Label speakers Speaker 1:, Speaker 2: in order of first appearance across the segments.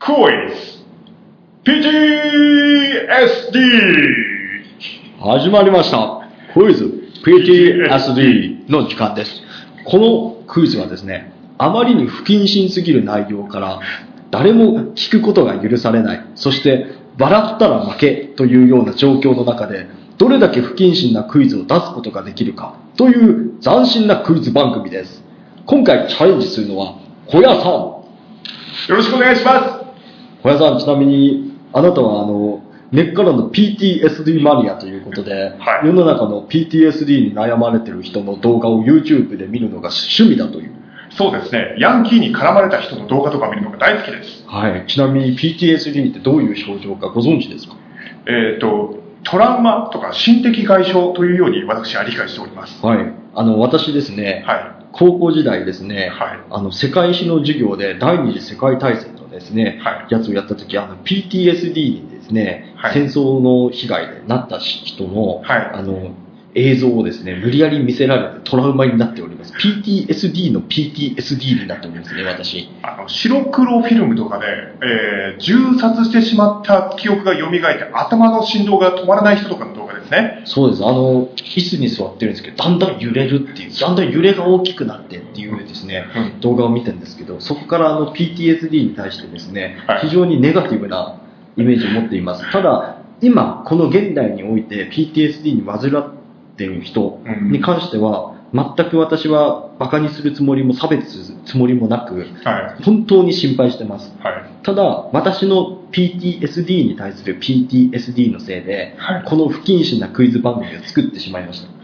Speaker 1: quiz PTSD
Speaker 2: 始まりました。クイズ PTSD の時間です。このクイズはですね、あまりに不謹慎すぎる内容から、誰も聞くことが許されない、そして笑ったら負けというような状況の中で、どれだけ不謹慎なクイズを出すことができるかという斬新なクイズ番組です。今回チャレンジするのは小屋さん。
Speaker 1: よろしくお願いしま
Speaker 2: 小屋さん、ちなみにあなたはあの根っからの PTSD マニアということで、
Speaker 1: はい
Speaker 2: 世の中の PTSD に悩まれてる人の動画を YouTube で見るのが趣味だという、
Speaker 1: すそうですねヤンキーに絡まれた人の動画とか見るのが大好きです
Speaker 2: はい、ちなみに PTSD ってどういう症状かご存知ですか
Speaker 1: えっ、とトラウマとか心的外傷というように私は理解しております
Speaker 2: はいあの私ですね
Speaker 1: は
Speaker 2: 高校時代です
Speaker 1: い
Speaker 2: ね
Speaker 1: は
Speaker 2: あの世界史の授業で第二次世界大戦のです
Speaker 1: い
Speaker 2: ね
Speaker 1: はい
Speaker 2: やつをやった時あの PTSD にですね、
Speaker 1: はい
Speaker 2: 戦争の被害でなった人の
Speaker 1: はい
Speaker 2: あの、映像をですね、無理やり見せられてトラウマになっております。PTSD の PTSD になっておりますね、私。
Speaker 1: あの白黒フィルムとかで、えー銃殺してしまった記憶が蘇って頭の振動が止まらない人とかの動画ですね
Speaker 2: そうです。あの、椅子に座ってるんですけど、だんだん揺れるっていう、だんだん揺れが大きくなってっていうですね、
Speaker 1: うん
Speaker 2: 動画を見てるんですけど、そこからあの PTSD に対してですね
Speaker 1: は、い
Speaker 2: 非常にネガティブなイメージを持っています。ただ、今、この現代において PTSD に患っている人
Speaker 1: うん
Speaker 2: に関しては、全く私は馬鹿にするつもりも差別するつもりもなく、
Speaker 1: はい
Speaker 2: 本当に心配してます。
Speaker 1: はい
Speaker 2: ただ、私の PTSD に対する PTSD のせいで、
Speaker 1: はい
Speaker 2: この不謹慎なクイズ番組を作ってしまいました。
Speaker 1: はい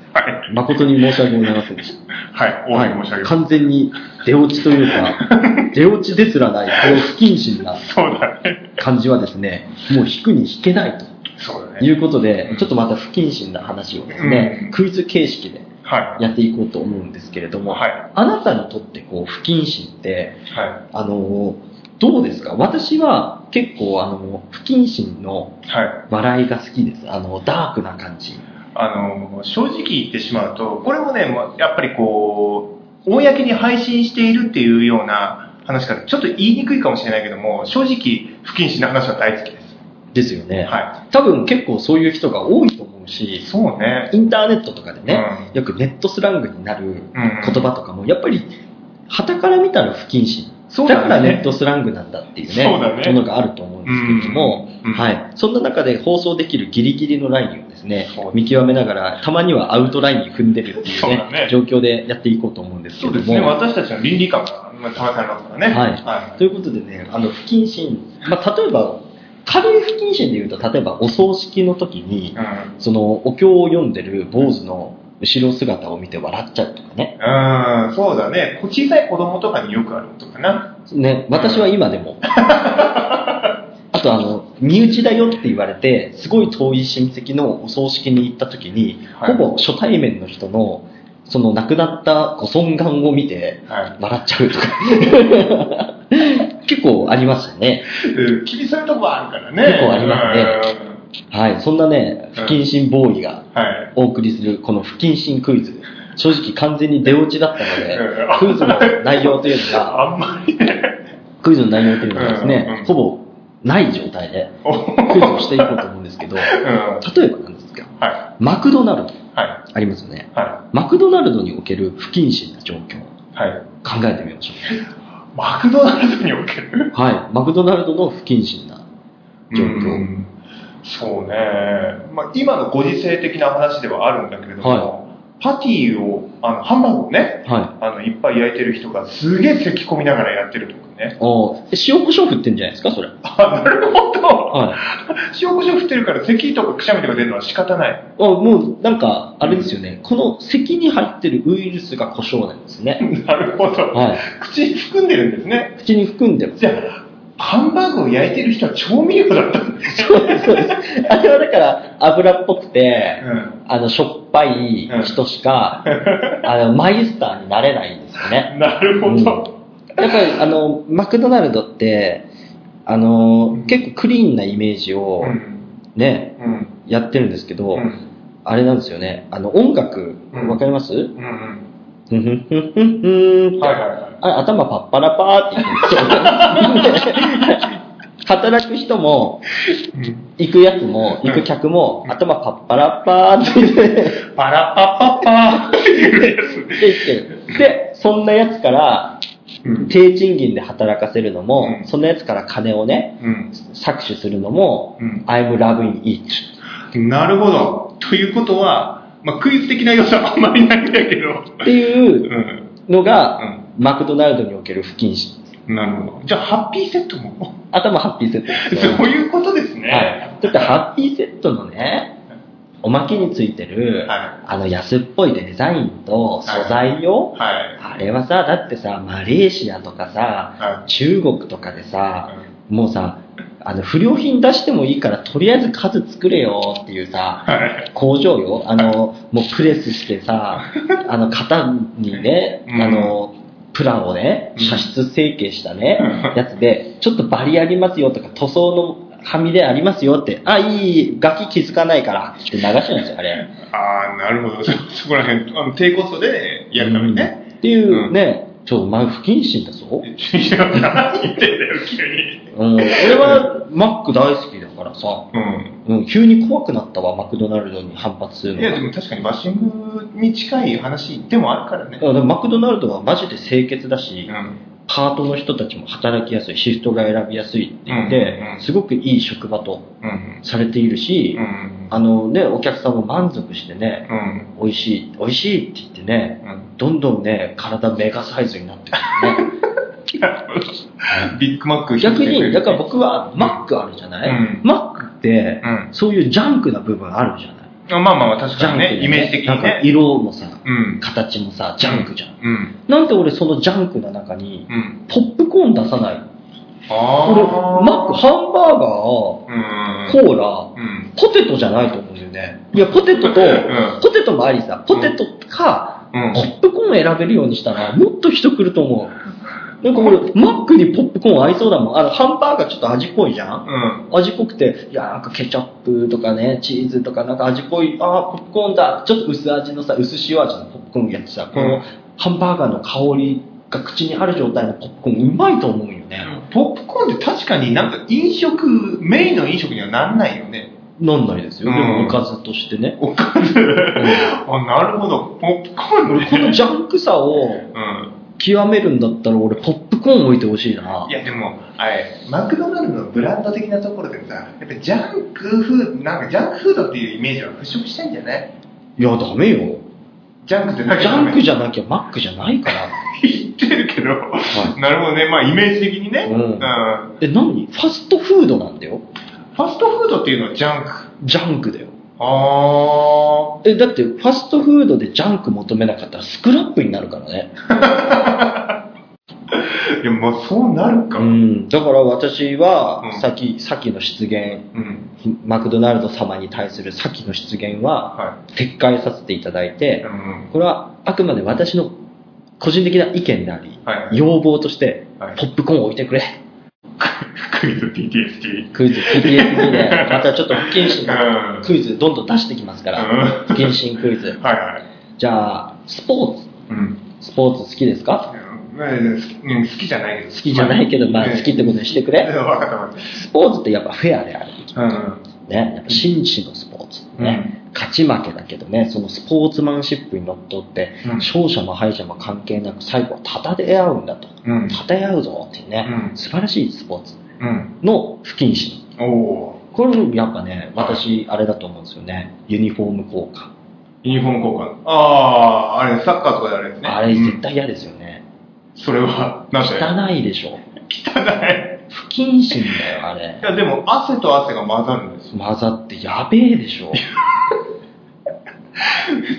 Speaker 2: 誠に申し訳ございませんでし
Speaker 1: はい
Speaker 2: た。
Speaker 1: お詫び申し上げます、
Speaker 2: 完全に出落ちとい うか、出落ちですらない、この不謹慎な
Speaker 1: そうだね
Speaker 2: 感じはですね、もう引くに引けないと
Speaker 1: そうだ
Speaker 2: い
Speaker 1: ね
Speaker 2: うことで
Speaker 1: うん、
Speaker 2: ちょっとまた不謹慎な話をですね、
Speaker 1: うん
Speaker 2: クイズ形式で
Speaker 1: は
Speaker 2: やっていこうと思うんですけれど
Speaker 1: い
Speaker 2: も、
Speaker 1: はい
Speaker 2: あなたにとってこう不謹慎って、
Speaker 1: は
Speaker 2: あの、どうですか私は結構あの、不謹慎の
Speaker 1: いはい
Speaker 2: 笑いが好きです。あの、ダークな感じ。
Speaker 1: あの正直言ってしまうとこれもねもうやっぱりこう公に配信しているっていうような話からちょっと言いにくいかもしれないけども正直不謹慎な話は大好きです
Speaker 2: ですよね。
Speaker 1: は
Speaker 2: 多分結構そういう人が多いと思う
Speaker 1: い
Speaker 2: し、
Speaker 1: そうね
Speaker 2: インターネットとかで
Speaker 1: う
Speaker 2: ね、
Speaker 1: ん
Speaker 2: よくネットスラングになる
Speaker 1: うん
Speaker 2: 言葉とかも、やっぱり、旗から見たら不謹慎。
Speaker 1: そう
Speaker 2: だ
Speaker 1: だ
Speaker 2: からネッ
Speaker 1: ね
Speaker 2: トスラングなんだっていう
Speaker 1: そうだ
Speaker 2: ね、
Speaker 1: ね
Speaker 2: ものがあると思うんですけれども、
Speaker 1: うん
Speaker 2: はい。そんな中で放送できるギリギリのラインをですね
Speaker 1: そう、
Speaker 2: 見極めながら、たまにはアウトラインに踏んでるっていう
Speaker 1: そう
Speaker 2: ね、
Speaker 1: だね
Speaker 2: 状況でやっていこうと思うんですけ
Speaker 1: そ
Speaker 2: れ
Speaker 1: う
Speaker 2: ど
Speaker 1: で
Speaker 2: も。
Speaker 1: すね私たちの倫理観がまあ試されますからね
Speaker 2: はい
Speaker 1: は
Speaker 2: ということでね、あの、不謹慎、まあ、例えば、軽い不謹慎で言うと、例えばお葬式の時
Speaker 1: い
Speaker 2: に
Speaker 1: う、ん
Speaker 2: その、お経を読んでる坊主の後ろ姿を見て笑っちゃうとかね。
Speaker 1: うんそうだね小さい子供とかによくあることかな
Speaker 2: ね、私は今 でも。あとあの、身内だよって言われて、すごい遠い親戚のお葬式に行った時に、
Speaker 1: はい
Speaker 2: ほぼ初対面の人の、その亡くなったご尊顔を見て、
Speaker 1: はい
Speaker 2: 笑っちゃうとか。結構ありましたね。
Speaker 1: うん気にするとこはあるからね
Speaker 2: 結構あります
Speaker 1: ね
Speaker 2: はい。そんなね、不謹慎ボーイが
Speaker 1: はい
Speaker 2: お送りするこの不謹慎クイズ。正直完全に出落ちだったので、
Speaker 1: うんあ
Speaker 2: クイズの内容というのが、
Speaker 1: あんまり
Speaker 2: クイズの内容というのがです
Speaker 1: うんうんう
Speaker 2: ね
Speaker 1: ん、
Speaker 2: ほぼない状態で
Speaker 1: お
Speaker 2: クイズをしていこうと思うんですけど、
Speaker 1: うんは
Speaker 2: 例えばなんですが、
Speaker 1: いは
Speaker 2: マクドナルド
Speaker 1: い
Speaker 2: ありますよね。
Speaker 1: はい
Speaker 2: マクドナルドにおける不謹慎な状況、
Speaker 1: はい。
Speaker 2: 考えてみましょ
Speaker 1: マクドナルドにおける
Speaker 2: う。はい。マクドナルドの不謹慎な。状
Speaker 1: う
Speaker 2: 況
Speaker 1: んそうね。まあ、今のご時世的な話ではあるんだけれども、パティを、あの、ハンバーグをね、
Speaker 2: はい。
Speaker 1: あの、いっぱい焼いてる人がすげえ咳込みながらやってるとかね。
Speaker 2: おーえ塩コショウ振ってんじゃないですか、それ。
Speaker 1: あ、なるほど。
Speaker 2: はい。
Speaker 1: 塩コショウ振ってるから咳とかくしゃみとか出るのは仕方ない。
Speaker 2: あもう、なんか、あれですよね。この咳に入ってるウイルスがコショウなんですね。
Speaker 1: なるほど。
Speaker 2: はい。
Speaker 1: 口に含んでるんですね。
Speaker 2: 口に含んでます。
Speaker 1: じゃあ、ハンバーグを焼いてる人は調味料だったんです
Speaker 2: そうです、そうです。あれはだから、油っぽくて、
Speaker 1: うん。
Speaker 2: あの、しょっぱい人 しか、あの、マイスターになれないんですよね。
Speaker 1: なるほど。
Speaker 2: やっぱりあのマクドナルドってあの、
Speaker 1: うん
Speaker 2: 結構クリーンなイメージを
Speaker 1: うん。
Speaker 2: ね、
Speaker 1: うん。
Speaker 2: やってるんですけど、
Speaker 1: うん。
Speaker 2: あれなんですよねあの音楽
Speaker 1: うん
Speaker 2: わかります、
Speaker 1: うんうん。
Speaker 2: ふんふんふんふんふんって
Speaker 1: はいはいはい。
Speaker 2: あ頭パッパラパーって言ってるんですよね働く人も、
Speaker 1: うん
Speaker 2: 行くやつも、行く客も、頭パッパラッパーって言って、
Speaker 1: パラパッパッパーっていうやつ。
Speaker 2: できてる。で、そんなやつから、
Speaker 1: うん。
Speaker 2: 低賃金で働かせるのも、
Speaker 1: うん
Speaker 2: そんなやつから金をね、
Speaker 1: うん。
Speaker 2: 搾取するのも、
Speaker 1: うん
Speaker 2: I'm loving it。
Speaker 1: なるほど。ということは、まあ、クイズ的な要素はあんまりないんだけど。
Speaker 2: って
Speaker 1: う。
Speaker 2: いうんのが、
Speaker 1: う
Speaker 2: マクドナルドにおける不謹慎。
Speaker 1: ん。なるほど。じゃあ、ハッピーセットも。
Speaker 2: 頭ハッピーセットですよ。
Speaker 1: そういうことですね。
Speaker 2: はい。だってハッピーセットのね、おまけについてる、
Speaker 1: は
Speaker 2: あの安っぽいデザインと素材
Speaker 1: い。
Speaker 2: を、
Speaker 1: はい。
Speaker 2: あれはさ、だってさ、マレーシアとかさ、
Speaker 1: は
Speaker 2: 中国とかでさ、
Speaker 1: い。
Speaker 2: もうさ、あの不良品出してもいいからとりあえず数作れよっていうさ、
Speaker 1: はい。
Speaker 2: 工場よ、あの、もうプレスしてさ、 あの、型にね、
Speaker 1: うん
Speaker 2: あの、プランをね、
Speaker 1: うん
Speaker 2: 射出成形したね、やつで、ちょっとバリありますよとか、塗装のはみ出ありますよって、あ、いいいい、ガキ気づかないからって流しちゃうんですよ、あれ。
Speaker 1: ああ、なるほど。そそこら辺、あの低コストでやるためにね。
Speaker 2: うんっていうね、ちょ、お前不謹慎だぞ。
Speaker 1: いや何言ってんだよ、急に。
Speaker 2: うん、俺はマック大好きだからさ、
Speaker 1: う
Speaker 2: うん、急に怖くなったわ、マクドナルドに反発する
Speaker 1: いや、で
Speaker 2: のが。
Speaker 1: も確かにバッシングに近い話でもあるからね。
Speaker 2: うんでもマクドナルドはマジで清潔だし、
Speaker 1: うん。
Speaker 2: パートの人たちも働きやすい、シフトが選びやすいって言って、
Speaker 1: うんうん
Speaker 2: すごくいい職場と
Speaker 1: うん。
Speaker 2: されているし、
Speaker 1: うん。
Speaker 2: あのね、お客さんも満足してね、
Speaker 1: うん。
Speaker 2: 美味しい、美味しいって言ってね、
Speaker 1: うん
Speaker 2: どんどんね、体メガサイズになって くるね。
Speaker 1: ビッグマック
Speaker 2: 逆に、だから
Speaker 1: 僕、
Speaker 2: 僕はマックあるじゃない、
Speaker 1: うん
Speaker 2: マックって、
Speaker 1: うん。
Speaker 2: そういうジャンクな部分あるじゃない
Speaker 1: あまあまあまあ、確
Speaker 2: ジャ
Speaker 1: か
Speaker 2: ン
Speaker 1: に
Speaker 2: クで
Speaker 1: ね、イメージ的
Speaker 2: なん
Speaker 1: に
Speaker 2: か
Speaker 1: ね。
Speaker 2: 色もさ、
Speaker 1: うん。
Speaker 2: 形もさ、ジャンクじゃん。
Speaker 1: うん。
Speaker 2: なんで俺そのジャンクな中に、
Speaker 1: うん。
Speaker 2: ポップコーン出さない
Speaker 1: ああ。
Speaker 2: 俺、マック、ハン
Speaker 1: う
Speaker 2: バーガー、
Speaker 1: ん。
Speaker 2: コーラ、
Speaker 1: うん。
Speaker 2: ポテトじゃないと思うんだよね。いや、ポテトと、
Speaker 1: うん
Speaker 2: ポテトもありさ、ポテトか、
Speaker 1: うん
Speaker 2: ポ。ップコーン選べるようにしたら、もっと人来ると思う。なんか俺、マックにポップコーン合いそうだもん。あの、ハンバーガーちょっと味濃いじゃん
Speaker 1: うん。
Speaker 2: 味濃くて、いや、なんかケチャップとかね、チーズとかなんか味濃い、あー、ポップコーンだ。ちょっと薄味のさ、薄塩味のポップコーンやってさ、こ
Speaker 1: う
Speaker 2: の
Speaker 1: ん
Speaker 2: ハンバーガーの香りが口にある状態のポップコーン、うまいと思うよね。
Speaker 1: ポップコーンって確かになんか飲食、メインの飲食にはなんないよね。
Speaker 2: なんないですよ。で
Speaker 1: う
Speaker 2: も、
Speaker 1: ん
Speaker 2: おかずとしてね。
Speaker 1: おかず。あ、なるほど。ポップコーン
Speaker 2: 俺、
Speaker 1: ね。
Speaker 2: このジャンクさを、
Speaker 1: うん。。
Speaker 2: 極めるんだったら俺ポップコーン置いてほしいない
Speaker 1: やでも、あれ、マクドナルドのブランド的なところでさ、やっぱジャンクフード、なんかジャンクフードっていうイメージは払拭したいんじゃない
Speaker 2: いや、ダメよ。
Speaker 1: ジャンクって
Speaker 2: ジ
Speaker 1: だけ
Speaker 2: ャンク
Speaker 1: じ
Speaker 2: じゃなきゃマックじゃないから。
Speaker 1: 言ってるけど。
Speaker 2: は
Speaker 1: なるほどね。まあイメージ的にね。
Speaker 2: う
Speaker 1: うんん。。
Speaker 2: え、何ファストフードなんだよ。
Speaker 1: ファストフードっていうのはジャンク。
Speaker 2: ジャンクだよ。
Speaker 1: あ
Speaker 2: え、だってファストフードでジャンク求めなかったらスクラップになるからね。
Speaker 1: ー。いや、まあそうなるか。
Speaker 2: う
Speaker 1: うん。
Speaker 2: ん。だから私
Speaker 1: う
Speaker 2: は、
Speaker 1: ん
Speaker 2: さっき、さっきの失言、マクドナルド様に対するさっきの失言は
Speaker 1: は
Speaker 2: 撤回させていただい
Speaker 1: い。う
Speaker 2: て、
Speaker 1: ん。
Speaker 2: これはあくまで私の個人的な意見であり、
Speaker 1: はい。
Speaker 2: 要望として、
Speaker 1: はい
Speaker 2: ポップコーン置いてくれ。
Speaker 1: クイズ PTSD。
Speaker 2: クイズ PTSD で、またちょっと不謹慎
Speaker 1: う。
Speaker 2: なんクイズどんどん出してきますから、
Speaker 1: は
Speaker 2: 不謹慎クイズ
Speaker 1: い。はい。
Speaker 2: じゃあ、スポーツ。
Speaker 1: うん。
Speaker 2: スポーツ好きですか
Speaker 1: うん、好きじゃないけど。
Speaker 2: 好きじゃないけど、まあ好きってことにしてくれ。
Speaker 1: わかったわかっ
Speaker 2: スポーツってやっぱフェアであるべき。
Speaker 1: た。うん。
Speaker 2: ね、やっぱ紳士のスポーツ。ね、勝ち負けだけどね、そのスポーツマンシップにのっとって、
Speaker 1: うん。
Speaker 2: 勝者も敗者も関係なく最後は戦い合うんだと。
Speaker 1: うん。
Speaker 2: 戦い合うぞっていうね、
Speaker 1: うん
Speaker 2: 素晴らしいスポーツ
Speaker 1: うん。
Speaker 2: の不謹慎。
Speaker 1: おー。
Speaker 2: これもやっぱね、私、あれだと思うんですよね。ユニフォーム効果。
Speaker 1: ユニフォーム交換。あー、あれ、サッカーとかであれですね。
Speaker 2: あれ
Speaker 1: うん
Speaker 2: 絶対嫌ですよね。
Speaker 1: それは、なんで
Speaker 2: 汚いでしょ。
Speaker 1: 汚い。
Speaker 2: 不謹慎だよ、あれ
Speaker 1: い。や、でも、汗と汗が混ざるんですよ。
Speaker 2: 混ざってやべえでしょ。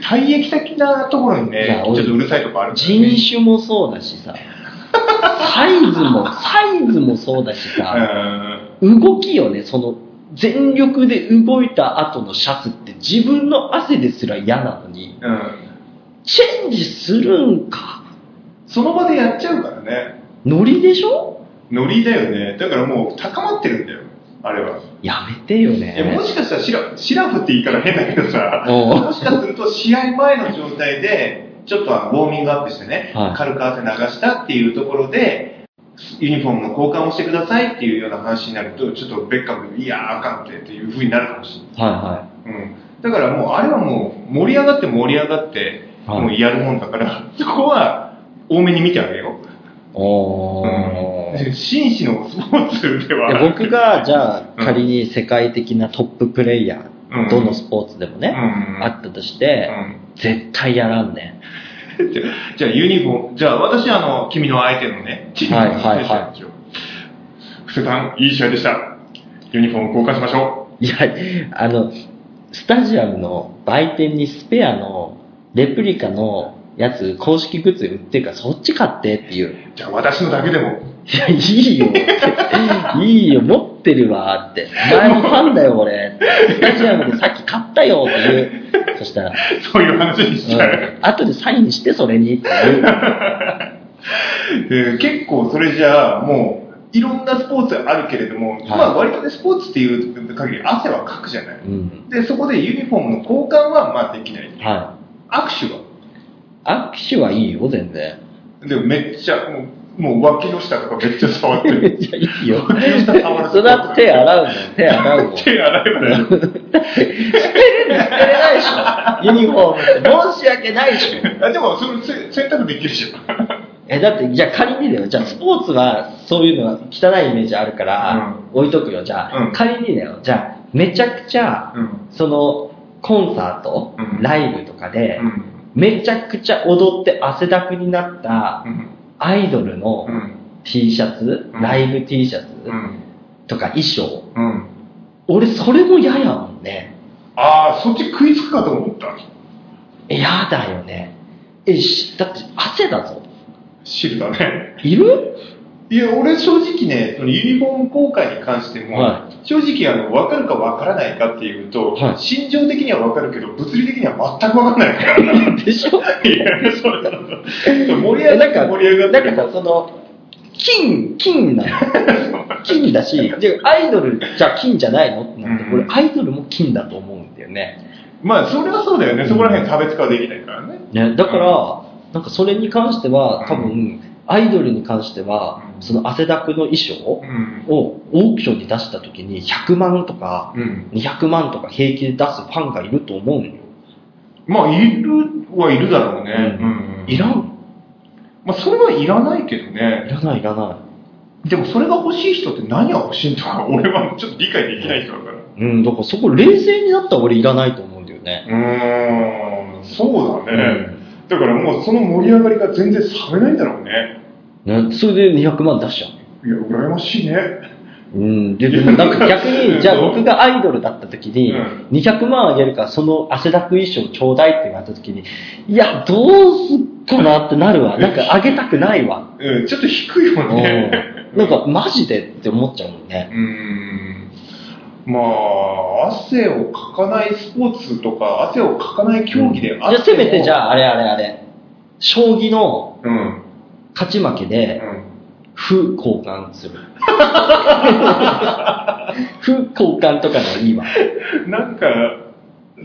Speaker 1: 体液的なところに
Speaker 2: い
Speaker 1: ね、
Speaker 2: や
Speaker 1: ちょ
Speaker 2: 俺
Speaker 1: っとうるさいとこあるから
Speaker 2: 人
Speaker 1: ね。
Speaker 2: 種もそうだし さ。サイズも、サイズもそうだし
Speaker 1: う
Speaker 2: さ。
Speaker 1: ん。
Speaker 2: 動きよね、その、全力で動いた後のシャツって自分の汗ですら嫌なのに、
Speaker 1: うん。
Speaker 2: チェンジするんか。
Speaker 1: その場でやっちゃうからね。
Speaker 2: ノリでしょ
Speaker 1: ノリだよね。だからもう、高まってるんだよ。あれは。
Speaker 2: やめてよ
Speaker 1: いやも
Speaker 2: ね。
Speaker 1: しかしたらシラシラフって言い方変だけどさ、
Speaker 2: おう
Speaker 1: もしかすると試合前の状態で、ちょっとあのウォーミングアップしてね、
Speaker 2: はい
Speaker 1: 軽く汗流したっていうところで、ユニフォームの交換をしてくださいっていうような話になると、ちょっとベッカム、いやー、あかんってっていう風になるかもしれない。
Speaker 2: は
Speaker 1: うん。だからもう、あれはもう、盛り上がって盛り上がって、
Speaker 2: はい
Speaker 1: もうやるもんだから、 そこは、多めに見てあげよう。
Speaker 2: い。おー。
Speaker 1: 紳士のスポーツで
Speaker 2: いや
Speaker 1: は、
Speaker 2: 僕が、じゃあ、
Speaker 1: うん
Speaker 2: 仮に世界的なトッププレイヤ
Speaker 1: う
Speaker 2: ー、
Speaker 1: ん
Speaker 2: どのスポーツでも
Speaker 1: うん
Speaker 2: ね、あったとして、
Speaker 1: う
Speaker 2: 絶対やらんね。
Speaker 1: ん。じゃあじゃあ、ユニフォーム、じゃあ、私、あの、君の相手のね、チームの
Speaker 2: はいはいは
Speaker 1: 選手で
Speaker 2: い
Speaker 1: すよ布施さん、いい試合でした。ユニフォーム交換しましょ
Speaker 2: いや、あの、スタジアムの売店にスペアのレプリカのやつ、公式グッズ売ってるから、そっち買ってっていう。
Speaker 1: う。じゃあ、私のだけでも、
Speaker 2: いや、いいよ って。いいよ、持ってるわって。前もファンだよ、俺って。スタジアムでさっき買ったよって言う。そしたら、
Speaker 1: そういう話にしちゃう。
Speaker 2: うん、後でサインして、それにっていう。
Speaker 1: えー結構それじゃあもういろんなスポーツあるけれども、まあ割とねスポーツっていう限り汗はかくじゃない
Speaker 2: うん。
Speaker 1: でそこでユニフォームの交換はまあできない
Speaker 2: は。
Speaker 1: 握手はい
Speaker 2: 握手はいいよ、全然。
Speaker 1: でもめっちゃもうもう脇の下とかめっちゃ触って る
Speaker 2: いや、いいよ。
Speaker 1: 脇の下触る
Speaker 2: それだって手洗うもん、手洗うもん。
Speaker 1: 手洗えば大丈夫
Speaker 2: 捨てれないでしょ、ユニフォームって。申し訳ないでしょ。
Speaker 1: あでもそれせ選択できるじゃん
Speaker 2: え、だって、じゃあ仮にだよ。じゃあスポーツはそういうのは汚いイメージあるから、置いとくよ。じゃあ、
Speaker 1: うん
Speaker 2: 仮にだよ。じゃあ、めちゃくちゃ、
Speaker 1: うん
Speaker 2: その、コンサート、
Speaker 1: うん
Speaker 2: ライブとかで
Speaker 1: う、ん
Speaker 2: めちゃくちゃ踊って汗だくになった
Speaker 1: うん
Speaker 2: アイドルの
Speaker 1: うん
Speaker 2: T シャツ、
Speaker 1: うん
Speaker 2: ライブ T シャツ
Speaker 1: うん
Speaker 2: とか衣装、
Speaker 1: うん
Speaker 2: 俺それも嫌やもんね。
Speaker 1: ああそっち食いつくかと思った
Speaker 2: え嫌だよね。え、しだって汗だぞ。
Speaker 1: 汁だね
Speaker 2: いる
Speaker 1: いや、俺正直ね、そのユニフォーム公開に関しても、
Speaker 2: は
Speaker 1: 正直あの、分かるか分からないかっていうと、
Speaker 2: はい
Speaker 1: 心情的には分かるけど、物理的には全く分かんないから。
Speaker 2: でしょ
Speaker 1: いや、そうだ。盛り上が
Speaker 2: なん
Speaker 1: っ
Speaker 2: か
Speaker 1: て盛り上が
Speaker 2: だ
Speaker 1: っ
Speaker 2: か
Speaker 1: て。
Speaker 2: らその、金、金なの。金だし、でアイドルじゃ金じゃないのってなって、
Speaker 1: うん
Speaker 2: 俺アイドルも金だと思うんだよね。
Speaker 1: まあ、それはそうだよね。そこら辺差別化はできないからね。
Speaker 2: ねだから、なんかそれに関しては、多分、アイドルに関しては、
Speaker 1: うん
Speaker 2: その汗だくの衣装
Speaker 1: うん。
Speaker 2: をオークションに出した時に100万とか
Speaker 1: うん。
Speaker 2: 200万とか平気で出すファンがいると思うんよ。
Speaker 1: まあ、いるはいるだろうね。
Speaker 2: う
Speaker 1: うん
Speaker 2: いらん
Speaker 1: まあ、それはいらないけど
Speaker 2: い
Speaker 1: ね。
Speaker 2: らないいらない。
Speaker 1: でも、それが欲しい人って何が欲しいんだか、俺はちょっと理解できない人だから。
Speaker 2: うん、だからそこ冷静になったら俺いらないと思うんだよね。
Speaker 1: うーん、そうだね。
Speaker 2: う
Speaker 1: だからもうその盛り上がりが全然冷めないんだろうね。
Speaker 2: ん。ねそれで200万出しちゃう。
Speaker 1: いや、羨ましいね。
Speaker 2: うん。で、でもなんか 逆に、じゃあ僕がアイドルだった時に
Speaker 1: うん、
Speaker 2: 200万あげるからその汗だく衣装ちょうだいって言われた時に、いや、どうすっかなってなるわ。なんかあげたくないわ。
Speaker 1: うん、ちょっと低いもんね。
Speaker 2: うんなんかマジでって思っちゃうもん
Speaker 1: う
Speaker 2: ね。
Speaker 1: ーん。まあ、汗をかかないスポーツとか、汗をかかない競技で
Speaker 2: じ
Speaker 1: あ
Speaker 2: ゃあせめてじ
Speaker 1: あ。
Speaker 2: ゃああれあれあれ、将棋の
Speaker 1: うん。
Speaker 2: 勝ち負け
Speaker 1: う
Speaker 2: で、
Speaker 1: ん
Speaker 2: 歩交換 する。歩交換とかでいいわ。
Speaker 1: なんか、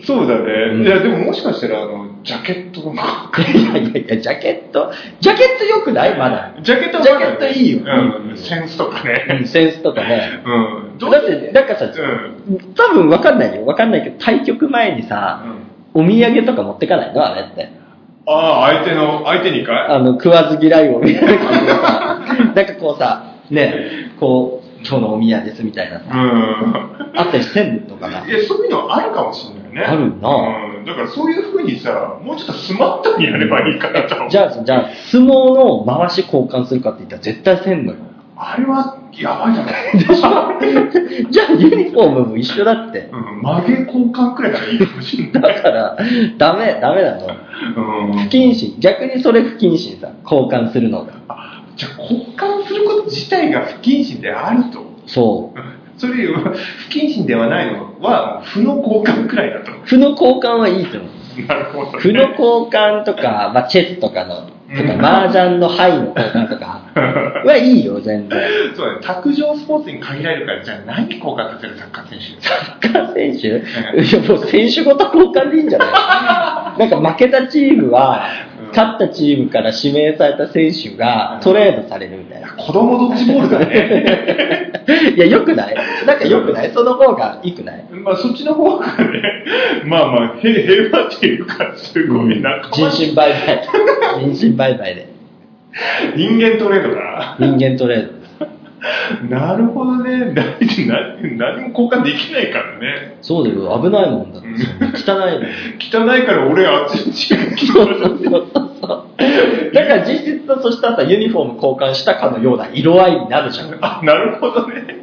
Speaker 1: そうだね。
Speaker 2: うん
Speaker 1: いや、でももしかしたら、あの、ジャケットとか。
Speaker 2: いやいやいや、ジャケット、ジャケット良くないまだ。
Speaker 1: ジャケットは
Speaker 2: ジャケットいいよ。
Speaker 1: うん、センスとかね。
Speaker 2: センスとかね。
Speaker 1: うん。
Speaker 2: だ
Speaker 1: どう
Speaker 2: って、なんかさ、
Speaker 1: うん。
Speaker 2: 多分わかんないよ。わかんないけど、対局前にさ、
Speaker 1: うん
Speaker 2: お土産とか持ってかないのあれって。
Speaker 1: ああ、相手の、相手にかい
Speaker 2: あの、食わず嫌いをみたいな感じで さ、なんかこうさ、ね、こう、今日のお宮ですみたいなさ、
Speaker 1: う
Speaker 2: あったりしてんのか
Speaker 1: ん。。
Speaker 2: ない
Speaker 1: や、そういうのあるかもしれないね。
Speaker 2: あるな
Speaker 1: うん。だからそういうふうにさ、もうちょっとスマートにやればいいかなと思う。
Speaker 2: じゃあ、じゃあ、相撲の回し交換するかって言ったら絶対せんのよ。
Speaker 1: あれは、やばいじゃ ない
Speaker 2: じゃあ、ユニフォームも一緒だって。
Speaker 1: うん。曲げ交換くらいならいいかもしれ
Speaker 2: だ
Speaker 1: ない。
Speaker 2: から、ダメ、ダメなの。
Speaker 1: うん
Speaker 2: 不。謹慎。逆にそれ不謹慎さ、交換するのが。
Speaker 1: じゃあ、交換すること自体が不謹慎であると。
Speaker 2: そう。
Speaker 1: それよりは不謹慎ではないのは、負の交換くらいだと。
Speaker 2: 負の交換はいいと思う。
Speaker 1: なるほど、ね。
Speaker 2: 負の交換とか、まあ、チェスとかの、とか、
Speaker 1: うん
Speaker 2: 麻雀の牌の交換 とか、はいいよ、全然。
Speaker 1: そうだね。卓上スポーツに限られるから、じゃあ何交換させるサッカー選手
Speaker 2: サッカー選手いや、もう選手ごと交換でいいんじゃないなんか負けたチームは、
Speaker 1: うん
Speaker 2: 勝ったチームから指名された選手がトレードされるみたいな。
Speaker 1: 子供ドッジボールだね。
Speaker 2: いや、よくないなんかよくないその方が良くない
Speaker 1: まあそっちの方がね、 まあまあ、へ平和っていうか、すごいなんか、
Speaker 2: 人身売 買。人身売買で。
Speaker 1: 人間トレードだ
Speaker 2: 人間トレードです。
Speaker 1: な。なるほどね。大事何、何も交換できないからね。
Speaker 2: そうだよ、危ないもんだって。そんな汚いの。
Speaker 1: 汚いから俺あっちのチーム来
Speaker 2: そうそうそうそう。だから実質とそしたらさ、ユニフォーム交換したかのような色合いになるじゃん。
Speaker 1: あ、なるほどね。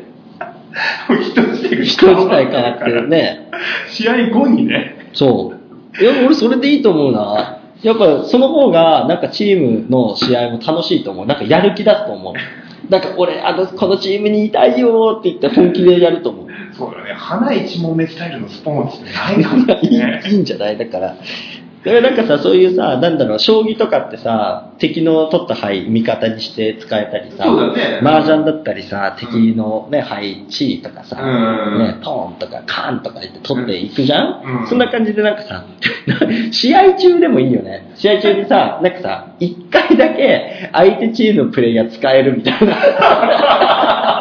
Speaker 1: もう人自体が
Speaker 2: 人自体変わってるね。
Speaker 1: 試合後にね。
Speaker 2: そう。いや、俺それでいいと思うな。やっぱその方が、なんかチームの試合も楽しいと思う。なんかやる気出すと思う。なんか俺、あの、このチームにいたいよって言って本気でやると思う。
Speaker 1: そうだね。花一問目スタイルのスポーツってないかも
Speaker 2: いい
Speaker 1: ね。
Speaker 2: いいんじゃないだから。だからなんかさ、そういうさ、なんだろう、将棋とかってさ、敵の取った牌味方にして使えたりさ、
Speaker 1: そうだね
Speaker 2: 麻雀だったりさ、敵のね、牌地位とかさ、
Speaker 1: うん
Speaker 2: ね、ポーンとかカーンとか言って取っていくじゃん、
Speaker 1: うん
Speaker 2: そんな感じでなんかさ、 試合中でもいいよね。試合中にさ、なんかさ、一回だけ相手チームのプレイヤー使えるみた いな。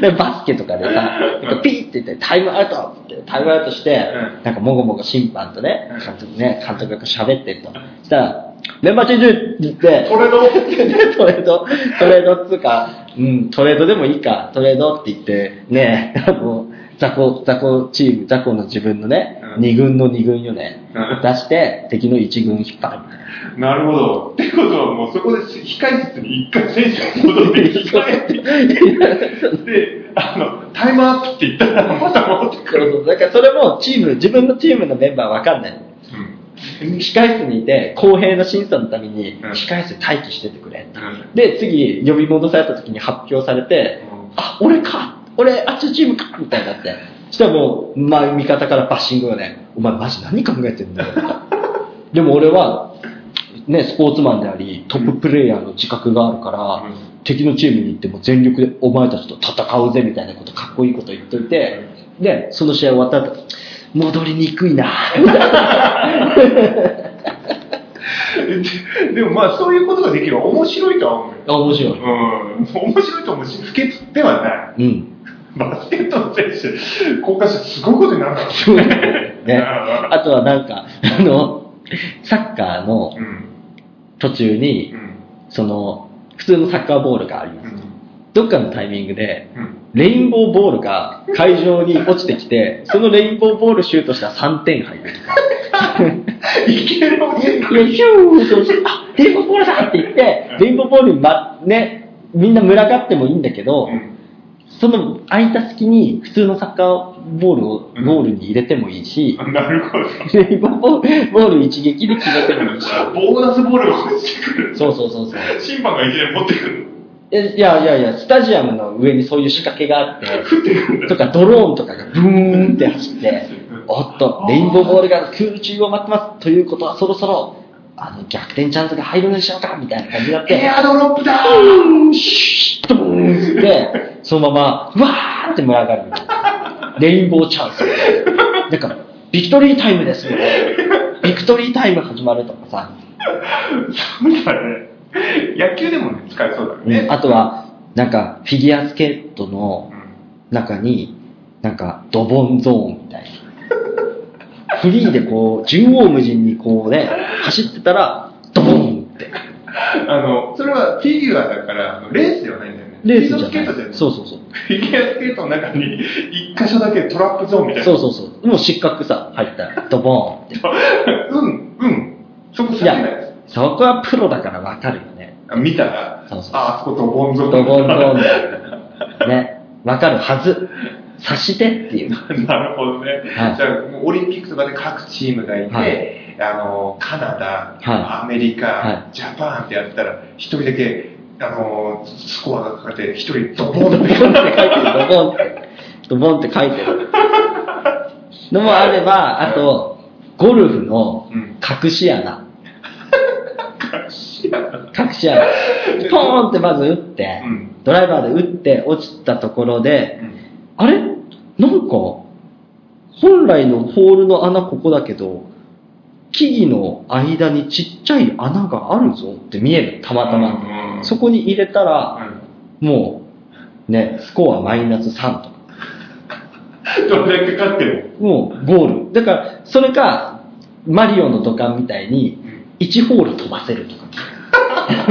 Speaker 2: でバスケとかでさ、なんかピーって言ってタイムアウトって言ってタイムアウトして、
Speaker 1: う
Speaker 2: なんかもごもご審判とね
Speaker 1: うん、
Speaker 2: 監督ね、監督が喋ってると。そしたら、メンバーチェンジって言って、
Speaker 1: これの、
Speaker 2: で トレード、トレードっつうか、うん、トレードでもいいか、トレードって言って、ねえ、あの、雑魚、雑魚チーム、雑魚の自分のね、
Speaker 1: うん
Speaker 2: 二軍の二軍よね、
Speaker 1: うん
Speaker 2: 出して、敵の一軍引っ張る。
Speaker 1: なるほど。ってことはもうそこで控室に一回選手が戻って控えてで、あの、タイムアップって言ったらまた戻ってくる。
Speaker 2: だからそれもチーム、自分のチームのメンバーわかんない。控室にいて、公平な審査のために、
Speaker 1: うん
Speaker 2: 控室で待機しててくれ。
Speaker 1: うん
Speaker 2: で、次、呼び戻された時に発表されて、あ、俺か俺、あっちチームかみたいになって。そしたらもう、まあ、味方からバッシングがね、お前マジ何考えてんだよ。 でも俺は、ね、スポーツマンであり、トッププレイヤーの自覚があるから、
Speaker 1: う
Speaker 2: 敵のチームに行っても全力でお前たちと戦うぜみたいなこと、かっこいいこと言っといて、で、その試合終わった後、戻りにくいな、みたいな。
Speaker 1: んででもまあそういうことができれば面白いとは思うよ。
Speaker 2: あ、 面白い。
Speaker 1: うん、面白いと思うし、不潔ではない。
Speaker 2: うん。
Speaker 1: バスケットの選手、効果者すごいことになるからね。
Speaker 2: そうね。ね。
Speaker 1: あ
Speaker 2: あとはなんか、あの、サッカーの
Speaker 1: うん。
Speaker 2: 途中に
Speaker 1: う、ん。
Speaker 2: その、普通のサッカーボールがあります。どっかのタイミングで、
Speaker 1: うん。
Speaker 2: レインボーボールが会場に落ちてきて、そのレインボーボールシュートしたら3点入るとか。
Speaker 1: いきなり落ちてくる。
Speaker 2: で、ヒューって落ちて、あ、レインボーボールだって言って、レインボーボールに、ま、ね、みんな群がってもいいんだけど、
Speaker 1: うん
Speaker 2: その空いた隙に普通のサッカーボールをゴールに入れてもいいし、
Speaker 1: なる ほど。
Speaker 2: レインボーボール一撃で決めてもいいし。
Speaker 1: ボーナスボールが落ちてくる。
Speaker 2: そうそうそうそう。
Speaker 1: 審判がいきなり持ってくる。
Speaker 2: えいやいやいや、スタジアムの上にそういう仕掛けがあって、
Speaker 1: 降ってくるんだ。
Speaker 2: とかドローンとかがブーンって走って、おっと、レインボーボールが空中を待ってますということはそろそろ、あの、逆転チャンスが入るのでしょうかみたいな感じになっ
Speaker 1: エ
Speaker 2: て、
Speaker 1: アドロップだ
Speaker 2: シュッドーンって、そのまま、わーって群がるみたいな。レインボーチャンスみたいな。なんか、ビクトリータイムですみたいなビクトリータイム始まるとかさ、
Speaker 1: そうだね。野球でもね、使えそうだね。
Speaker 2: あとは、なんか、フィギュアスケートの
Speaker 1: うん
Speaker 2: 中に、なんか、ドボンゾーンみたいな。フリーでこう、縦横無尽にこうね、走ってたら、ドボンって。
Speaker 1: あの、それはフィギュアだから、あのレースではないんだよね。
Speaker 2: レース
Speaker 1: フ
Speaker 2: じ
Speaker 1: ィ
Speaker 2: ゃ
Speaker 1: ギュアスケートな
Speaker 2: な
Speaker 1: い
Speaker 2: い。そうそうそう。
Speaker 1: フィギュアスケートの中に、一箇所だけトラップゾーンみたいな。
Speaker 2: そうそうそう。もう失格さ、入ったら、ドボンって。
Speaker 1: うん、うん。そこ
Speaker 2: い
Speaker 1: 避け
Speaker 2: や
Speaker 1: ないです。、
Speaker 2: そこはプロだからわかるよね。
Speaker 1: あ見たら、
Speaker 2: そうそう
Speaker 1: ああそこドボンゾ
Speaker 2: ド
Speaker 1: ーン
Speaker 2: ボンゾーンだ。ね。わかるはず。察してって いう。
Speaker 1: なるほどね。
Speaker 2: はい
Speaker 1: じゃあ、もうオリンピックとかで各チームがいて、
Speaker 2: は
Speaker 1: あの、カナダ、
Speaker 2: は
Speaker 1: アメリカ、
Speaker 2: は
Speaker 1: ジャパンってやったら、一人だけ、あの、スコアがかかって、一人ドボンって。
Speaker 2: ドボンって書いてる、ドボンって。ドボンって書いてる。のもあれば、あと、ゴルフの
Speaker 1: うん。
Speaker 2: 隠し穴。
Speaker 1: いや
Speaker 2: 隠し穴。ポーンってまず打って
Speaker 1: う、ん。
Speaker 2: ドライバーで打って落ちたところ
Speaker 1: う
Speaker 2: で、
Speaker 1: ん
Speaker 2: あれなんか、本来のホールの穴ここだけど、木々の間にちっちゃい穴があるぞって見える、たまたま。
Speaker 1: うん
Speaker 2: そこに入れたら、
Speaker 1: う
Speaker 2: もう、ね、スコアマイナス3とか。
Speaker 1: んどれだけ勝っても。
Speaker 2: もう、ゴール。だから、それか、マリオの土管みたいに、1ホール飛ばせるとか。
Speaker 1: なん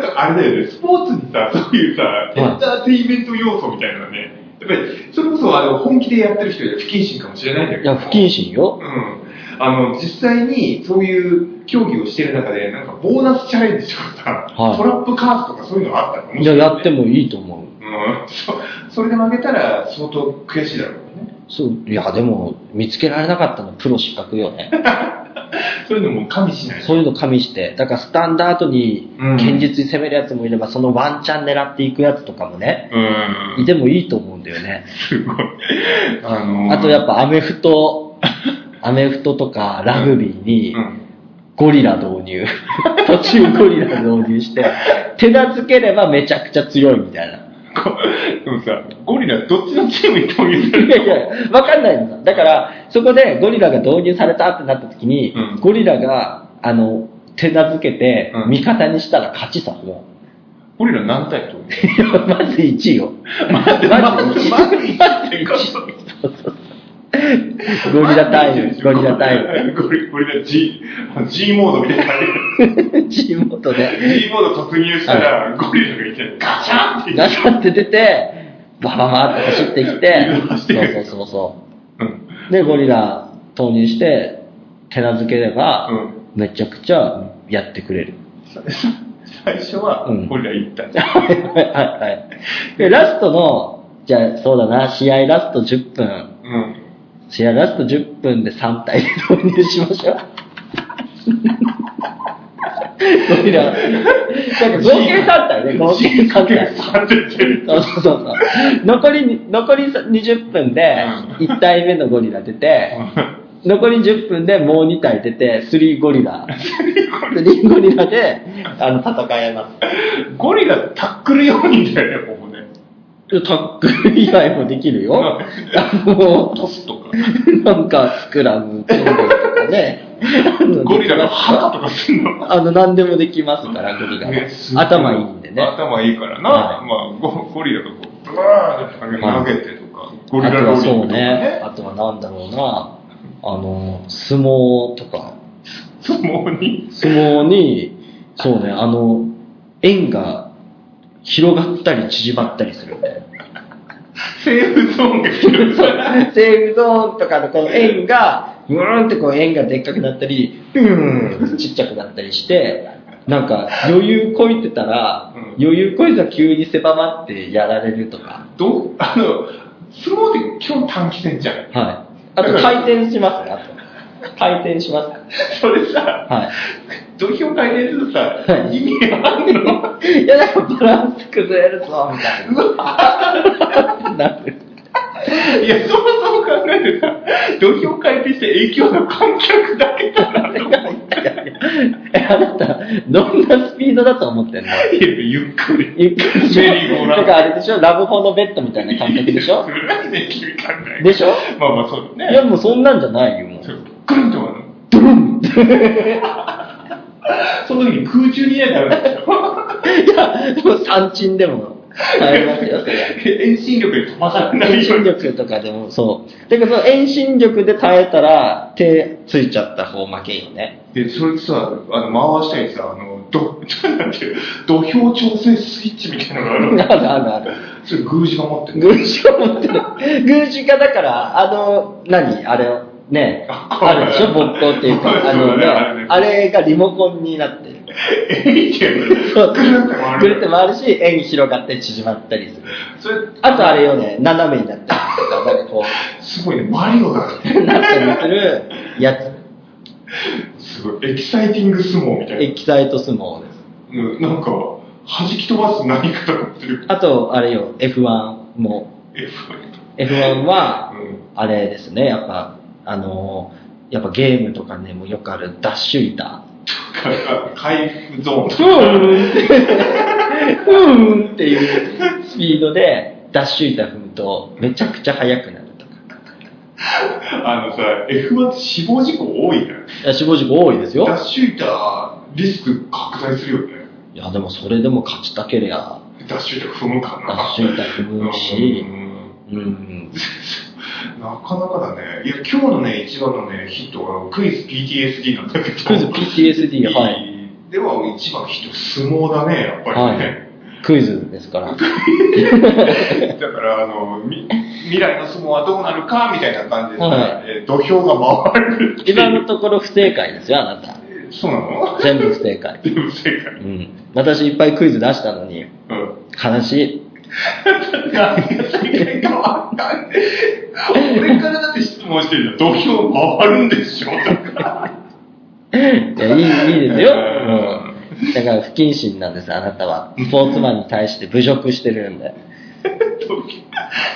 Speaker 1: かあれだよね、スポーツにさ、そういうさ、
Speaker 2: い
Speaker 1: エンターテインメント要素みたいなのね、やっぱり、それこそあの本気でやってる人で不謹慎かもしれないんだけ
Speaker 2: い
Speaker 1: ど。
Speaker 2: や、不謹慎よ。
Speaker 1: うん。あの、実際にそういう競技をしてる中で、なんかボーナスチャレンジとかさ、
Speaker 2: はい
Speaker 1: トラップカースとかそういうのあったの
Speaker 2: いや、やって
Speaker 1: も。
Speaker 2: もいいと思う。
Speaker 1: うん。そそれで負けたら相当悔しいだろうね。
Speaker 2: そう、いや、でも、見つけられなかったのプロ失格よね。
Speaker 1: そういうのも加味しない。
Speaker 2: そういうの加味して。だから、スタンダードに、
Speaker 1: うん
Speaker 2: 堅実に攻めるやつもいれば、そのワンチャン狙っていくやつとかもね、
Speaker 1: うん。
Speaker 2: いてもいいと思うんだよね。
Speaker 1: すごい。あの
Speaker 2: あと、やっぱ、アメフト、 アメフトとか、ラグビーに
Speaker 1: う、ん。
Speaker 2: ゴリラ導 入。途中ゴリラ導入して、手なずければめちゃくちゃ強いみたいな。
Speaker 1: こでもさ、ゴリラどっちのチームに投入され
Speaker 2: い
Speaker 1: る
Speaker 2: やいや、わかんないんだ。だから、そこでゴリラが導入されたってなった時に、
Speaker 1: うん
Speaker 2: ゴリラが、あの、手なずけて
Speaker 1: う、ん
Speaker 2: 味方にしたら勝ちさ、も
Speaker 1: ゴリラ何対 投入
Speaker 2: う。いやまず1位よ。
Speaker 1: まず、まず、まず一点か。
Speaker 2: ゴリラタイム、ゴリラタイ
Speaker 1: ム。ゴリゴリラ G、G モードみたいな感
Speaker 2: ム。チームごとで、
Speaker 1: じ。G モード突入したら、ゴリラがいて、ガシャンって。
Speaker 2: ガシャンって出て、バババって走ってき
Speaker 1: 犬走って
Speaker 2: て、
Speaker 1: る
Speaker 2: そうそうそうそう。
Speaker 1: うん。
Speaker 2: で、ゴリラ投入して、手なずければ、
Speaker 1: うん。
Speaker 2: めちゃくちゃやってくれる。
Speaker 1: 最初は
Speaker 2: うん、
Speaker 1: ゴリラ行った。
Speaker 2: はいはいはい。で、ラストの、じゃあそうだな、試合ラスト10分、
Speaker 1: うん。
Speaker 2: 試合ラスト10分で3体で投入しましょう。 ゴリラ、なんか合計3体ね、合計
Speaker 1: G
Speaker 2: 3体。
Speaker 1: 3出てる。
Speaker 2: そうそうそうそう。残りに、残り20分で
Speaker 1: う
Speaker 2: 1体目のゴリラ出て、残り10分でもう2体出て、3ゴリラ。3ゴリラで、あの、戦います。
Speaker 1: ゴリラタックル4人だよね、ここね。
Speaker 2: タックル以外もできるよ。あの、
Speaker 1: トスとか。
Speaker 2: なんか、スクラム、剣道とかね。
Speaker 1: ゴリラが腹とかすんの。
Speaker 2: あの、何でもできますから、ゴリラは
Speaker 1: ねす。ご
Speaker 2: 頭いいんでね。
Speaker 1: 頭いいからな。
Speaker 2: はい
Speaker 1: まあゴ、ゴリラがこう、ブワーって投げてとか、ゴリ
Speaker 2: あ
Speaker 1: ラ
Speaker 2: と
Speaker 1: ロ
Speaker 2: は
Speaker 1: ーリン
Speaker 2: そ
Speaker 1: グ
Speaker 2: う
Speaker 1: とか
Speaker 2: ね。
Speaker 1: ね。
Speaker 2: あとはなんだろうな。あの、相撲とか。
Speaker 1: 相撲に。
Speaker 2: 相撲に、そうね、あの、円が広がったり縮まったりするんだよ。
Speaker 1: セーフゾーンが来 る。
Speaker 2: そう、セーフゾーンとかのこの円が、うーんってこう円がでっかくなったり、うーん、ちっちゃくなったりして、なんか余裕こいてたら、
Speaker 1: うん
Speaker 2: 余裕こいてたら急に狭まってやられるとか。
Speaker 1: どうあの、相撲って基本短期戦じゃん。
Speaker 2: はい。あと回転しますね、あと。回転します。
Speaker 1: それさ、
Speaker 2: は
Speaker 1: 土俵回転するさ、
Speaker 2: はい
Speaker 1: 意味あんの
Speaker 2: い。いや、なんかバランス崩れるぞ、みたいな。なる
Speaker 1: いや、そうそう考えてさ、土俵回転して影響が観客だけだなと思って。
Speaker 2: え、あなた、どんなスピードだと思ってんの
Speaker 1: いやゆっくり。
Speaker 2: ゆっくりしょ
Speaker 1: メリーゴーラウンド
Speaker 2: なんかあれでしょラブホのベッドみたいな感覚でしょ
Speaker 1: 何できるかんない。
Speaker 2: でしょ
Speaker 1: まあまあそうだ
Speaker 2: い
Speaker 1: ね。
Speaker 2: や、もうそんなんじゃないよ、もう。
Speaker 1: そうグンとはの。その時に空中にいないとダメでしょ。
Speaker 2: いや、もう三鎮でも、ありますよ、それ。
Speaker 1: 遠心力で飛ばされない
Speaker 2: 遠
Speaker 1: よう
Speaker 2: 心
Speaker 1: に。
Speaker 2: 力とかでもそう。だからその遠心力で耐えたら、手ついちゃった方負けよね。
Speaker 1: で、それさ、あの、回したりさ、あの、ど、なんていう、土俵調整スイッチみたいなのがあ
Speaker 2: あ
Speaker 1: るの
Speaker 2: るあるある。
Speaker 1: それ、宮司が持ってる。
Speaker 2: 軍事を持ってる。軍事がだから、あの、何あれを、ね、
Speaker 1: あ
Speaker 2: あるでしょ勃行っていう
Speaker 1: そう
Speaker 2: か、
Speaker 1: だ
Speaker 2: あ
Speaker 1: ね
Speaker 2: のね
Speaker 1: あれね、
Speaker 2: あれがリモコンになってる。
Speaker 1: えいけど、
Speaker 2: そう
Speaker 1: ぐるって回
Speaker 2: ぐるっ
Speaker 1: る
Speaker 2: て。回るし、円広がったり縮まったりする。
Speaker 1: それ、
Speaker 2: あとあれよね、斜めになった りとか、なんかこう、
Speaker 1: すごいね、マリオだね。
Speaker 2: なったりするやつ。
Speaker 1: すごい、エキサイティング相撲みたい
Speaker 2: エキサイト相撲です。
Speaker 1: な。うんなんか、弾き飛ばす何かとかってる。
Speaker 2: あと、あれよ、F1 も。
Speaker 1: え、
Speaker 2: F1 は、
Speaker 1: う
Speaker 2: あれですね、やっぱ、あのーやっぱゲームとかね、もうよくあるダッシュ板。
Speaker 1: ん。回復ゾーンと
Speaker 2: ふ
Speaker 1: か。
Speaker 2: ーんって、ふーんっていうスピードで、ダッシュ板踏むと、めちゃくちゃ速くなるとか。
Speaker 1: あのさ、F1 死亡事故多いから。
Speaker 2: いや死亡事故多いですよ。
Speaker 1: ダッシュイター、リスク拡大するよね。
Speaker 2: いや、でもそれでも勝ちたけりゃ、
Speaker 1: ダッシュイター踏むかな。
Speaker 2: ダッシュイター踏むし
Speaker 1: う、ん
Speaker 2: うん、
Speaker 1: なかなかだね。いや、今日のね、一番のね、ヒットはクイズ PTSD なんだけど。
Speaker 2: クイズ PTSD が、はい、
Speaker 1: い。では、一番のヒット、相撲だね、やっぱりね。
Speaker 2: クイズですから。
Speaker 1: だから、あの、み未来の相撲はどうなるか、みたいな感じでさ、
Speaker 2: は
Speaker 1: えー土俵が回るっていう
Speaker 2: 今のところ不正解ですよ、あな
Speaker 1: そうなの
Speaker 2: た。全部不正解。
Speaker 1: 全部正解。
Speaker 2: うん。私いっぱいクイズ出したの
Speaker 1: う
Speaker 2: に、
Speaker 1: ん。
Speaker 2: 悲しい。
Speaker 1: 何が正解かわかんない。俺からだって質問してるじゃん。土俵回るんでしょ
Speaker 2: いや、いい、いいですよ。
Speaker 1: うん
Speaker 2: うん。だから不謹慎なんです、あなたは。スポーツマンに対して侮辱してるんで。
Speaker 1: 土俵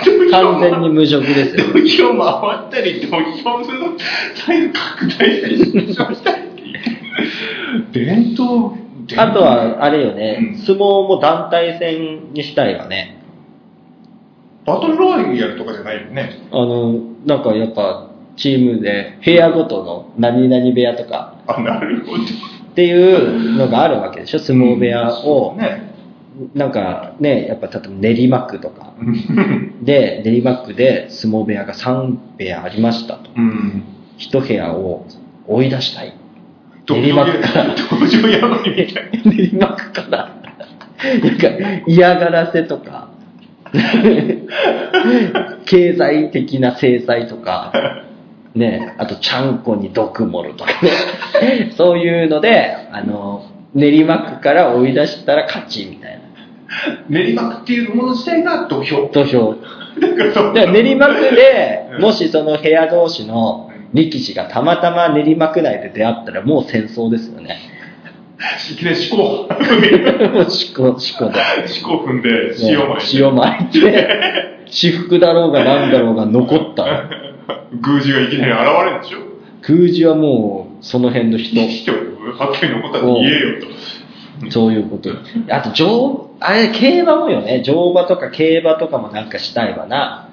Speaker 1: 土
Speaker 2: 完全
Speaker 1: 俵
Speaker 2: に無職ですよ。
Speaker 1: 土俵回ったり、土俵のサイズ拡大したり、縮小したりっていう。伝統、伝
Speaker 2: あ
Speaker 1: 統
Speaker 2: とは、あれよね、
Speaker 1: うん
Speaker 2: 相撲も団体戦にしたいわね。
Speaker 1: バトルロイヤルとかじゃないよね。
Speaker 2: あの、なんかやっぱ、チームで部屋ごとの何々部屋とか
Speaker 1: あ、なるほど。
Speaker 2: っていうのがあるわけでしょ、相撲部屋を、
Speaker 1: ね。
Speaker 2: なんかね、やっぱ例えば練馬区とか
Speaker 1: うん
Speaker 2: で、練馬区で相撲部屋が3部屋ありましたと。
Speaker 1: うん。
Speaker 2: 1部屋を追い出したい。
Speaker 1: 土俵
Speaker 2: 練馬
Speaker 1: や
Speaker 2: 区から
Speaker 1: 土俵やのにみたい
Speaker 2: 練馬区から、 なんか嫌がらせとか、 経済的な制裁とか、ね、あとちゃんこに毒盛るとかね、 そういうので、あの、練馬区から追い出したら勝ちみたいな。
Speaker 1: な。練馬区っていうもの自体が土俵。
Speaker 2: 土俵。
Speaker 1: だからそう
Speaker 2: だから練馬区で
Speaker 1: う、ん
Speaker 2: もしその部屋同士の力士がたまたま練馬区内で出会ったらもう戦争です よね。
Speaker 1: いきなり四股を踏
Speaker 2: もうしこ、しこで。
Speaker 1: ん、四股を踏んで、塩まいて、
Speaker 2: 塩まい て、私服だろうが何だろうが残った。
Speaker 1: 宮司がいきなり現れるんでしょ
Speaker 2: 宮司はもう、その辺の人。
Speaker 1: 人を発見のことは言えよと。
Speaker 2: そういうこと。あと、乗、あれ、競馬もよね。乗馬とか競馬とかもなんかしたいわな。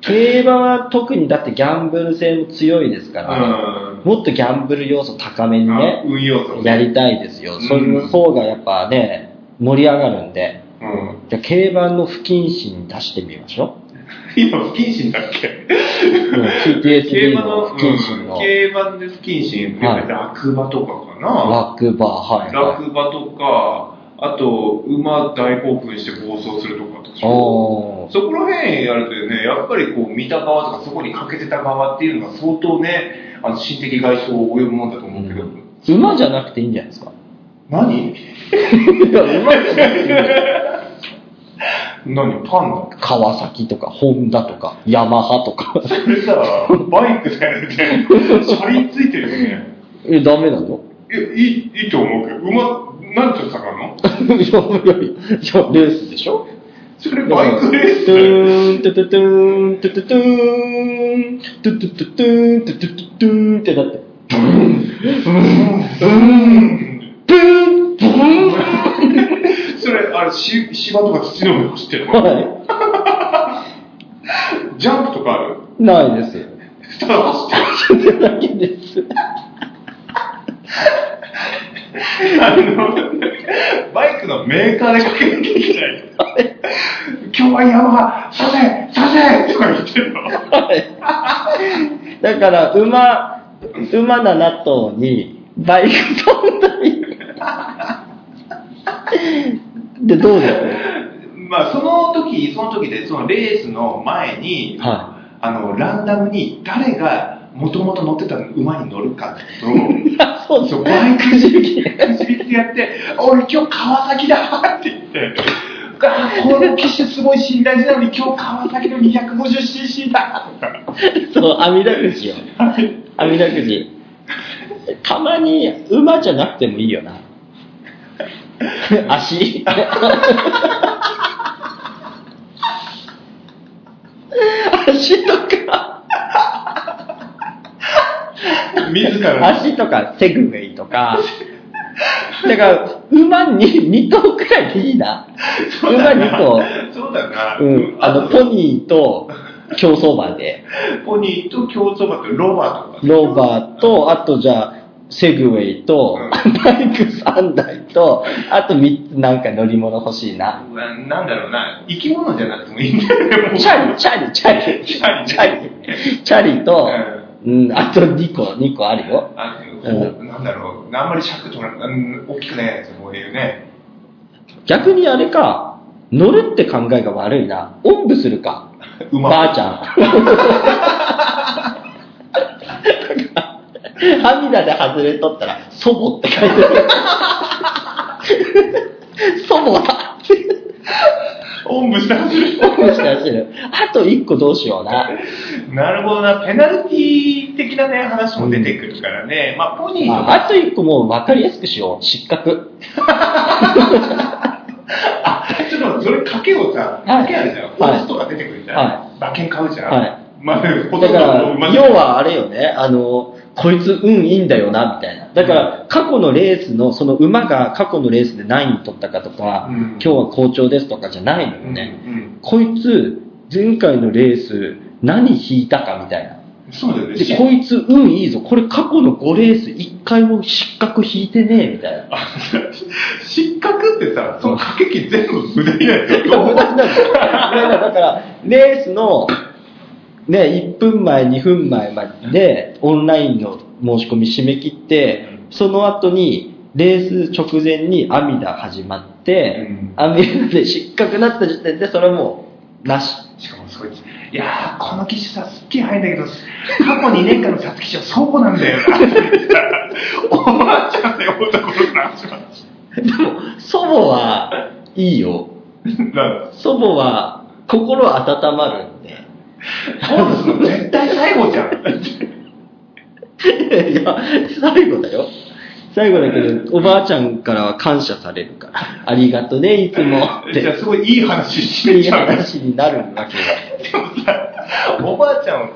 Speaker 2: 競馬は特にだってギャンブル性も強いですか
Speaker 1: う
Speaker 2: ら、
Speaker 1: ん。
Speaker 2: もっとギャンブル要素高めに
Speaker 1: あ
Speaker 2: ね、
Speaker 1: 運用と。
Speaker 2: やりたいですよ。そういう方がやっぱね、盛り上がるんで。
Speaker 1: うん。
Speaker 2: じゃあ競馬の不謹慎出してみまし ょ
Speaker 1: 今、不謹慎だっけ
Speaker 2: う。うん PTSD の不謹慎
Speaker 1: うん
Speaker 2: の。
Speaker 1: 競馬で不謹慎。
Speaker 2: はい
Speaker 1: 落馬とかかな。
Speaker 2: ラックバー、はい、はい。
Speaker 1: 落馬とか、あと、馬大興奮して暴走するとかとかでしょ。
Speaker 2: おー
Speaker 1: そこら辺やるとね、やっぱりこう見た側とかそこにかけてた側っていうのが相当ね、あの心的外傷を及ぶもんだと思うけど、
Speaker 2: う馬じゃなくていいんじゃないですか。
Speaker 1: 何
Speaker 2: いや、馬じゃなくていいんじゃない
Speaker 1: 何パンダ
Speaker 2: 川崎とか、ホンダとか、ヤマハとか。
Speaker 1: それさ、バイクじゃなくて、車輪ついてるよね。
Speaker 2: え、ダメなの
Speaker 1: え、いい、いいと思うけど、馬、なんて下がるの
Speaker 2: いや、いや、いや、レースでしょ
Speaker 1: それバイクレース
Speaker 2: ト
Speaker 1: だよ
Speaker 2: ゥーン、トゥトゥトゥーン、トゥトゥトゥーン、トゥトゥトゥトゥーン、トゥトゥトゥトゥーンってなって、
Speaker 1: うん。
Speaker 2: ブーン、ブーン
Speaker 1: それ、あれ、し芝とか土の上走ってるの
Speaker 2: は
Speaker 1: ジャンプとかある
Speaker 2: い。ないですよ。
Speaker 1: ただ走ってる。
Speaker 2: それだけです。
Speaker 1: あの、バイクのメーカーでかけなきゃいけない。今日は山が、させ、させとか言ってるの。
Speaker 2: だから、馬、馬7頭に、バイク飛んだり。で、どうです
Speaker 1: まあ、その時、その時で、そのレースの前に、
Speaker 2: は
Speaker 1: あの、ランダムに誰がもともと乗ってた馬に乗るかっていう
Speaker 2: い。そう
Speaker 1: と、
Speaker 2: です
Speaker 1: そう、
Speaker 2: ね。
Speaker 1: バイク自力、自力でやって、おい、今日川崎だって言って、あーこの機種すごい信頼してたのに、今日川崎の 250cc だとか。
Speaker 2: そう、網だくじよ。網だくじ。たまに、馬じゃなくてもいいよな。足。足とか、
Speaker 1: 自ら
Speaker 2: 足とか、セグウェイとか。だから、馬に2頭くらいでいいな。馬2頭。
Speaker 1: そうだな。
Speaker 2: うん。あの、
Speaker 1: と
Speaker 2: ポニーと、競走馬で、
Speaker 1: ポニーと競走馬とロバとか。
Speaker 2: ロバーと、あとじゃあ、セグウェイと、バイク3台と、あと3つなんか乗り物欲しいな。
Speaker 1: うわなんだろうな、生き物じゃなくてもいいんだよね、もう
Speaker 2: チャリ、チャリ、チャリ、
Speaker 1: チャリ
Speaker 2: チャリ、チャリと、
Speaker 1: う
Speaker 2: うん、あと2個、2個あるよ。
Speaker 1: んあのなんだろう、あんまり尺取らない、うん大きくないやつもういうね。
Speaker 2: 逆にあれか、乗るって考えが悪いな。おんぶするか。
Speaker 1: う
Speaker 2: ばあ
Speaker 1: ま
Speaker 2: ちゃん。はみ出で外れとったら、祖母って書いてある。祖母だって
Speaker 1: おんぶしたはずる。
Speaker 2: 思い出してる。 あと一個どうしような。
Speaker 1: なるほどな、ペナルティー的なね、話も出てくるからね。まあ、ポニーとか、
Speaker 2: あと一個もう分かりやすくしよう。失格。
Speaker 1: ちょっと待ってそれ賭けをさ、
Speaker 2: はい
Speaker 1: 賭けあるじゃん。ホ
Speaker 2: はい
Speaker 1: ースとか出てくるじゃん。
Speaker 2: は
Speaker 1: 馬券買うじゃん。
Speaker 2: はい
Speaker 1: まあ、ほと
Speaker 2: だ
Speaker 1: んど
Speaker 2: から
Speaker 1: 馬、券
Speaker 2: 要はあれよね、あの、こいつ運いいんだよな、みたいな。だから、過去のレースの、その馬が過去のレースで何位取ったかとか、
Speaker 1: うん
Speaker 2: 今日は好調ですとかじゃないのよ
Speaker 1: うん
Speaker 2: ね。
Speaker 1: うん
Speaker 2: こいつ、前回のレース、何引いたかみたいな。
Speaker 1: そうだよね。
Speaker 2: で、こいつ運いいぞ。これ過去の5レース1回も失格引いてねえ、みたいな。
Speaker 1: あ 失格ってさ、その駆け引き全部無駄になるよ。
Speaker 2: 無駄になるだからだから、レースの、ね、1分前、2分前まで、オンラインの申し込み締め切って、その後に、レース直前に網打始まっ
Speaker 1: う
Speaker 2: て、
Speaker 1: ん
Speaker 2: 網打で失格になった時点で、それはもう、なし。
Speaker 1: しかもすごいですいやー、この機種さ、すっげえ早いんだけど、過去2年間の皐月賞、そうなんだよな。おばあちゃんだよ、男の話は。
Speaker 2: でも、祖母は、いいよ。
Speaker 1: なんだ
Speaker 2: 祖母は、心温まるんで。
Speaker 1: コースの絶対最後じゃん。
Speaker 2: いや、最後だよ。最後だけど、おばあちゃんからは感謝されるから。ありがとね、いつも。って
Speaker 1: じゃあ、すごいいい話し
Speaker 2: い
Speaker 1: て
Speaker 2: い
Speaker 1: ちゃうね。
Speaker 2: 話になるわけよ。
Speaker 1: でもさ、おばあちゃんをさ、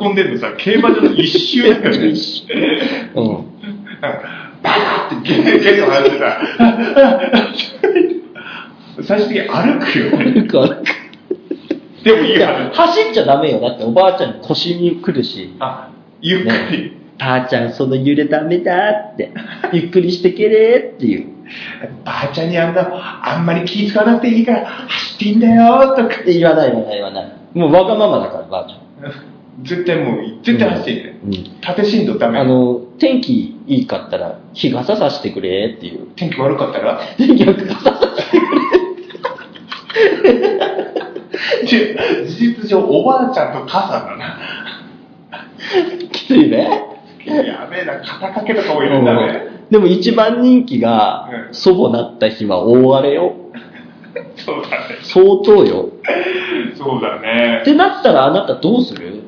Speaker 1: 運んでるのさ、競馬場の 一周だよね。
Speaker 2: うん。
Speaker 1: バーってゲーゲーと話してさ、最終的に歩くよね。
Speaker 2: 歩く歩く
Speaker 1: でもいい
Speaker 2: いや、
Speaker 1: 話。
Speaker 2: 走っちゃダメよ。だっておばあちゃん腰に来るし、
Speaker 1: あ、ゆっくり。
Speaker 2: ばあちゃんその揺れダメだ って、ゆっくりしてけれっていう。
Speaker 1: ばあちゃんにあんな、あんまり気使わなくていいから、走っていいんだよとか。
Speaker 2: 言わない言わない言わない。もうわがままだから、ばあちゃん。
Speaker 1: 絶対もう、絶対走っていいね。
Speaker 2: うん。
Speaker 1: 縦振動ダメ。
Speaker 2: あの、天気いいかったら、日傘さしてくれっていう。
Speaker 1: 天気悪かったら、
Speaker 2: 天気よく傘さしてくれ。
Speaker 1: で事実上おばあちゃんと傘だな。
Speaker 2: きついね。
Speaker 1: やべえな、肩掛けとかもいるんだね。
Speaker 2: でも一番人気が
Speaker 1: う、ん
Speaker 2: 祖母なった日は大荒れよ。
Speaker 1: そうだね。
Speaker 2: 相当よ。
Speaker 1: そうだね
Speaker 2: っ。てなったらあなたどうする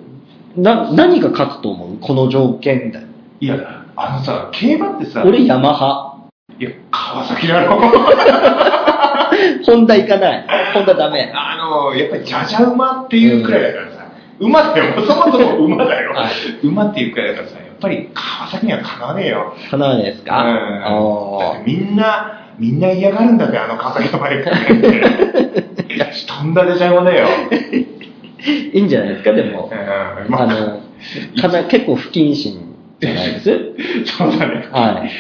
Speaker 2: な、何が勝つと思うこの条件で。
Speaker 1: いや、あのさ、競馬ってさ、
Speaker 2: 俺ヤマハ。
Speaker 1: いや、川崎だろ。
Speaker 2: ホンダ行かない。ホンダダメ。
Speaker 1: あの、やっぱりじゃじゃ馬っていうくらいだからさ、馬だよ、そもそも馬だよ
Speaker 2: はい。
Speaker 1: 馬っていうくらいだからさ、やっぱり川崎にはかなわねえよ。
Speaker 2: かなわないですか
Speaker 1: うんだっ
Speaker 2: あ
Speaker 1: てみんな、みんな嫌がるんだぜ、あの川崎のバイク って。いや、とんだ出ちゃいもねえよ。
Speaker 2: ーいいんじゃないですかでも
Speaker 1: う。ん、ま
Speaker 2: あ
Speaker 1: あ、
Speaker 2: の、かな結構不謹慎じゃないです
Speaker 1: そうだね。
Speaker 2: はい。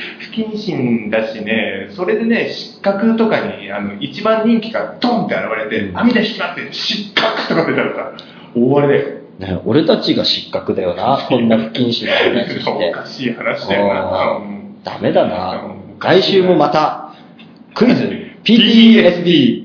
Speaker 1: 不謹慎だしね、それでね、失格とかに、あの、一番人気がドンって現れて、網出しまって、失格とか出たらさ、大荒れだよ。
Speaker 2: ね俺たちが失格だよな。こんな不謹慎な話し
Speaker 1: お
Speaker 2: て
Speaker 1: か。しい話だよな。
Speaker 2: あー
Speaker 1: うん
Speaker 2: ダメだな
Speaker 1: うん。
Speaker 2: 来週もまた、クイズ PTSD。